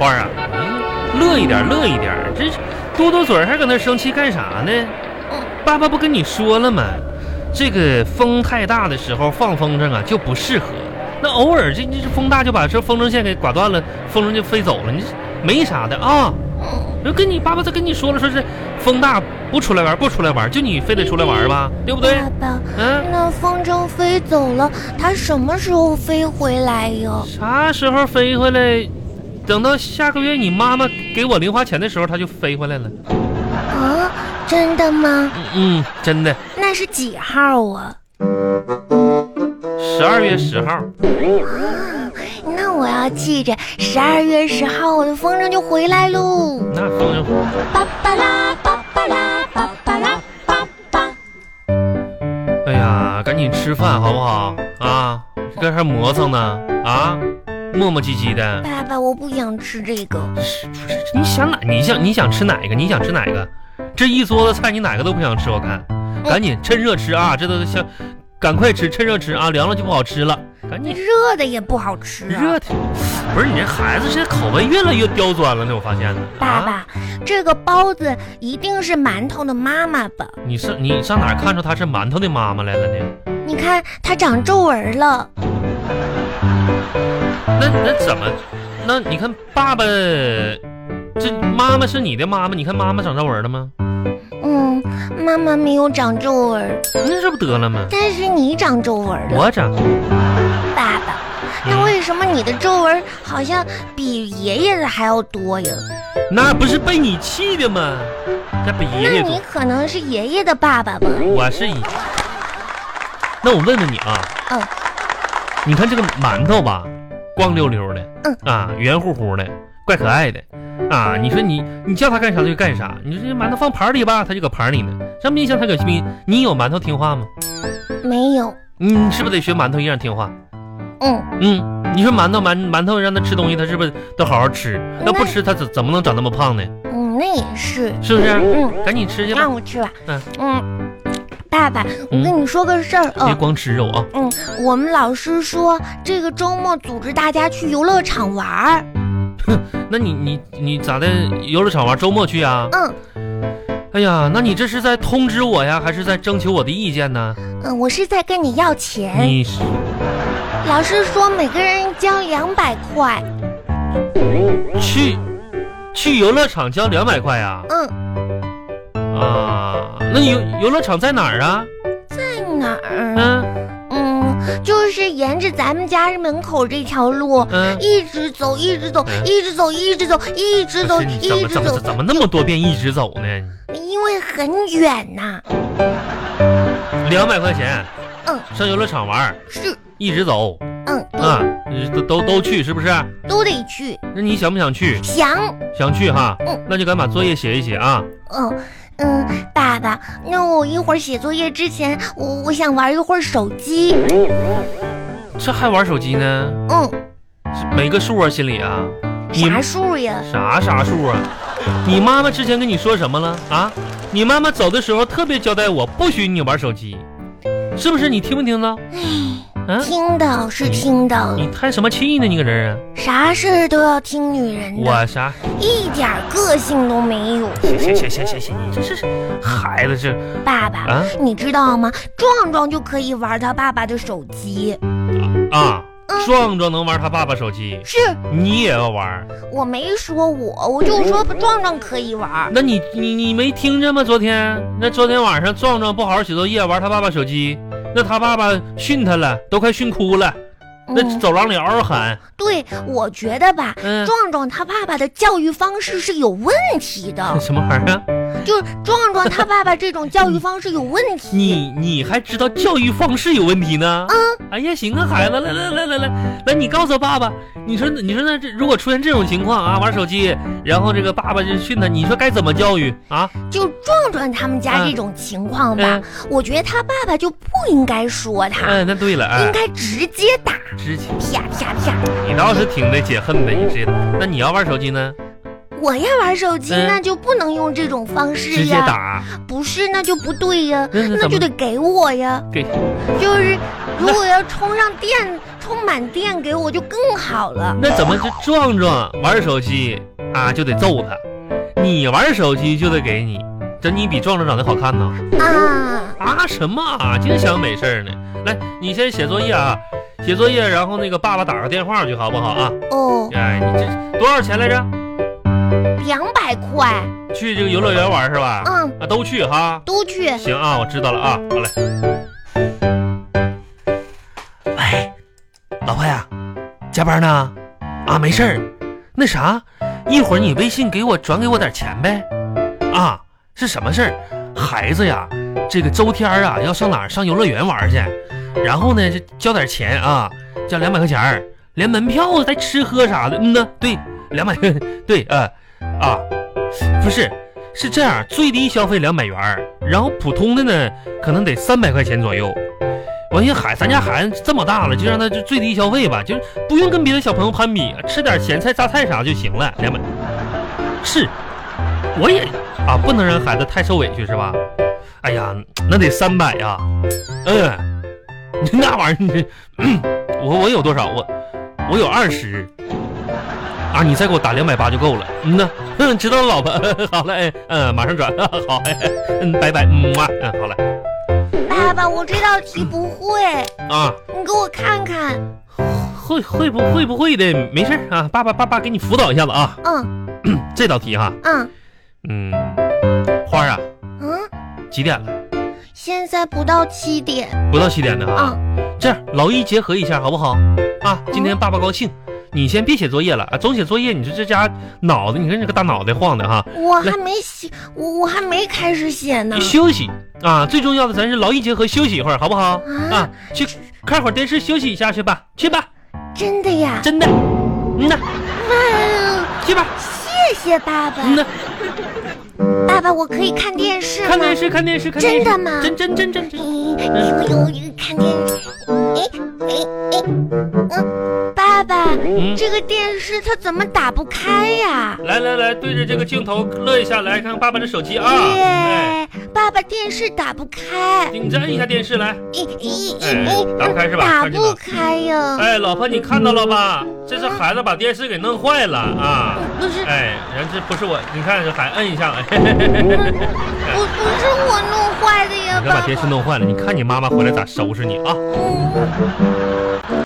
啊嗯乐一点儿，这是嘟嘟嘴儿还搁那生气干啥呢？爸爸不跟你说了吗？这个风太大的时候放风筝啊就不适合。那偶尔这这风大就把这风筝线给刮断了，风筝就飞走了，你这没啥的啊。就跟你爸爸都跟你说了，说是风大不出来玩，不出来玩，就你非得出来玩吧，对不对？爸爸，嗯、那风筝飞走了，它什么时候飞回来呀？啥时候飞回来？等到下个月你妈妈给我零花钱的时候，它就飞回来了。啊，真的吗？嗯，真的，那是几号啊？十二月十号。那我要记着，十二月十号我的风筝就回来喽。那风筝。巴巴拉巴巴拉巴巴拉巴巴。哎呀，赶紧吃饭好不好啊？搁这磨蹭呢啊，磨磨唧唧的。爸爸，我不想吃这个。你想哪？你想你想吃哪个？你想吃哪个？这一桌子菜你哪个都不想吃，我看。赶紧趁热吃啊！这都像，赶快吃，趁热吃啊！凉了就不好吃了。赶紧热的也不好吃啊。热的，不是你这孩子现在口味越来越刁钻了呢，我发现呢。爸啊，爸，这个包子一定是馒头的妈妈吧？你上你上哪儿看出她是馒头的妈妈来了呢？你看它长皱纹了。那那怎么？那你看爸爸，这妈妈是你的妈妈，你看妈妈长皱纹了吗？嗯，妈妈没有长皱纹，那这不得了吗？但是你长皱纹了，我嗯长，爸爸。那为什么你的皱纹好像比爷爷的还要多呀？那不是被你气的吗？那比爷那爷多你。可能是爷爷的爸爸吧？我是以，那我问问你啊，嗯你看这个馒头吧，光溜溜的，嗯啊，圆乎乎的，怪可爱的，啊，你说你你叫它干啥它就干啥，你说这馒头放盘里吧，它就搁盘里呢，上冰箱它搁冰，你有馒头听话吗？没有，你嗯是不是得学馒头一样听话？嗯，嗯，你说馒头馒馒头让它吃东西，它是不是都好好吃？那不吃它怎怎么能长那么胖呢？嗯，那也是。是不是？嗯，赶紧吃去吧让，我嗯吃吧。嗯嗯，爸爸，我跟你说个事儿别啊。光吃肉啊！嗯，我们老师说这个周末组织大家去游乐场玩儿。那你你你咋的？游乐场玩周末去啊？嗯哎呀，那你这是在通知我呀，还是在征求我的意见呢？嗯，我是在跟你要钱。你是老师说每个人交两百块。去去游乐场交两百块呀？嗯，啊，那游游乐场在哪儿啊？在哪儿？啊嗯嗯，就是沿着咱们家门口这条路。嗯，一直走，一直走，嗯一直走，一直走，一直不走，是你怎一么直怎么走，怎么那么多遍一直走呢？因为很远呐、两百块钱，嗯，上游乐场玩儿，是，一直走嗯，都、啊，都都都去是不是？都得去。那你想不想去？想，想去哈嗯，那就赶把作业写一写啊。嗯嗯，爸爸，那我一会儿写作业之前，我我想玩一会儿手机。这还玩手机呢？嗯，是没个数啊，心里啊。你啥数呀？啥啥数啊？你妈妈之前跟你说什么了啊？你妈妈走的时候特别交代我，不许你玩手机，是不是？你听没听到？嗯、听到是听到了，你叹什么气呢？你搁这儿啊？啥事儿都要听女人的，我啥？一点儿个性都没有。行行行行行行，你这是孩子这爸爸，啊你知道吗？壮壮就可以玩他爸爸的手机。啊嗯？壮壮能玩他爸爸手机，是你也要玩？我没说我，我就说壮壮可以玩。那你你你没听着吗？昨天那昨天晚上壮壮不好好写作业，玩他爸爸手机，那他爸爸训他了，都快训哭了，那嗯，走廊里嗷嗷喊，对，我觉得吧，嗯、壮壮他爸爸的教育方式是有问题的。 什么玩意儿啊？就是壮壮他爸爸这种教育方式有问题。你你还知道教育方式有问题呢？嗯，哎呀，行啊，孩子，来来来来来来，你告诉爸爸，你说你说那这如果出现这种情况啊，玩手机，然后这个爸爸就训他，你说该怎么教育啊？就壮壮他们家这种情况嗯吧，我觉得他爸爸就不应该说他，嗯，那对了，应哎，该直接打，之前啪啪啪。你倒是挺得解恨的，你这，那你要玩手机呢，我要玩手机，嗯那就不能用这种方直式接呀，打，不是那就不对呀，那那那怎就么得给我呀。给？就是如果要充上电，充满电给我就更好了。那怎么这壮壮玩手机啊就得揍他？你玩手机就得给你，这你比壮壮长得好看呢。啊，啊什么啊，净想美事儿呢。来，你先写作业啊，写作业，然后那个爸爸打个电话去好不好啊？哦，哎，你这多少钱来着？两百块，去这个游乐园玩是吧？嗯，啊，都去哈。都去。行啊，我知道了啊。好嘞。喂，老婆呀，加班呢？啊，没事儿。那啥，一会儿你微信给我转给我点钱呗。啊，是什么事儿？孩子呀，这个周天儿啊要上哪儿上游乐园玩去，然后呢就交点钱啊，交两百块钱儿，连门票带吃喝啥的。嗯呐，对，两百， 对，呃，啊，不是，是这样，最低消费两百元儿，然后普通的呢，可能得三百块钱左右。我寻思孩，咱家孩子这么大了，就让他就最低消费吧，就是不用跟别的小朋友攀比，吃点咸菜、榨菜啥就行了。两百，是，我也啊，不能让孩子太受委屈是吧？哎呀，那得三百呀，嗯， 你那玩意儿，你 这、我我有多少？我我有二十。啊，你再给我打两百八就够了。嗯呐，嗯，知道了，老婆。 好了，哎，嗯，马上转。 好，哎，嗯，拜拜，嗯嘛，嗯，好了。爸爸，我这道题不会，啊，你给我看看。会会不会不会的，没事儿啊。爸爸爸爸给你辅导一下子啊。嗯这道题哈，嗯嗯，花儿啊，嗯，几点了？现在不到七点。不到七点呢啊。嗯，这样劳逸结合一下好不好？啊，今天爸爸高兴，你先别写作业了啊，总写作业，你说这家脑子，你看这个大脑袋晃的哈。我还没写，我我还没开始写呢你。休息啊，最重要的咱是劳逸结合，休息一会儿好不好？啊啊，去看会儿电视休息一下去吧，去吧，真的呀？真的，嗯呐，哇，去吧，谢谢爸爸。嗯呐，爸爸，我可以看电视吗？看电视，看电视，看电视，真的吗真真真真真，嗯，有有看电视。哎哎哎，嗯，爸爸，嗯，这个电视它怎么打不开呀？来来来，对着这个镜头乐一下，来看看爸爸的手机啊，哎，耶，爸爸，电视打不开。你再按一下电视来，咦咦哎咦，打不开是吧打不开呀。哎，老婆你看到了吧？这是孩子把电视给弄坏了啊，不是，哎，人这不是我，你看这孩摁一下， 哎，不不是我弄坏的呀，你看爸把爸。电视弄坏了，你看你妈妈回来咋收拾你啊？嗯